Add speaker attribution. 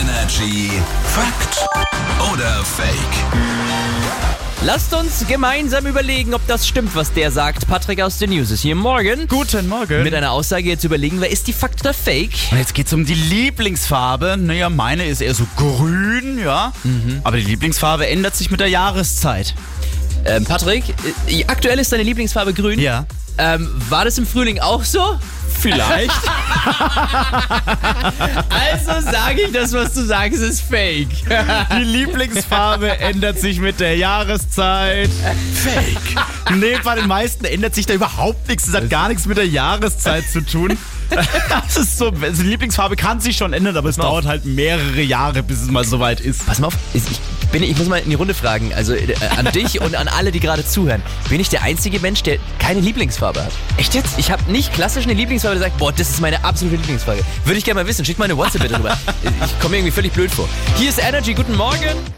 Speaker 1: Energy Fakt oder Fake?
Speaker 2: Lasst uns gemeinsam überlegen, ob das stimmt, was der sagt. Patrick aus den News ist hier morgen.
Speaker 3: Guten Morgen.
Speaker 2: Mit einer Aussage jetzt überlegen wir, ist die Fakt oder Fake?
Speaker 3: und jetzt geht's um die Lieblingsfarbe. Naja, meine ist eher so grün, ja. Aber die Lieblingsfarbe ändert sich mit der Jahreszeit.
Speaker 2: Ähm, Patrick, äh, aktuell ist deine Lieblingsfarbe grün.
Speaker 3: Ja.
Speaker 2: Ähm, war das im Frühling auch so?
Speaker 3: Vielleicht.
Speaker 2: Also sage ich, das, was du sagst, ist Fake.
Speaker 3: die Lieblingsfarbe ändert sich mit der Jahreszeit.
Speaker 1: Fake.
Speaker 3: Nee, bei den meisten ändert sich da überhaupt nichts. Das hat gar nichts mit der Jahreszeit zu tun. Das ist so, also die Lieblingsfarbe kann sich schon ändern, aber es dauert halt mehrere Jahre, bis es mal soweit ist.
Speaker 2: Pass mal auf, ich, ich bin, ich muss mal in die Runde fragen, also äh, an dich und an alle, die gerade zuhören. Bin ich der einzige Mensch, der keine Lieblingsfarbe hat? Echt jetzt? Ich habe nicht klassisch eine Lieblingsfarbe, der sagt, boah, das ist meine absolute Lieblingsfarbe. Würde ich gerne mal wissen. Schick mal eine WhatsApp bitte rüber. Ich komme mir irgendwie völlig blöd vor. Hier ist Energy, guten Morgen.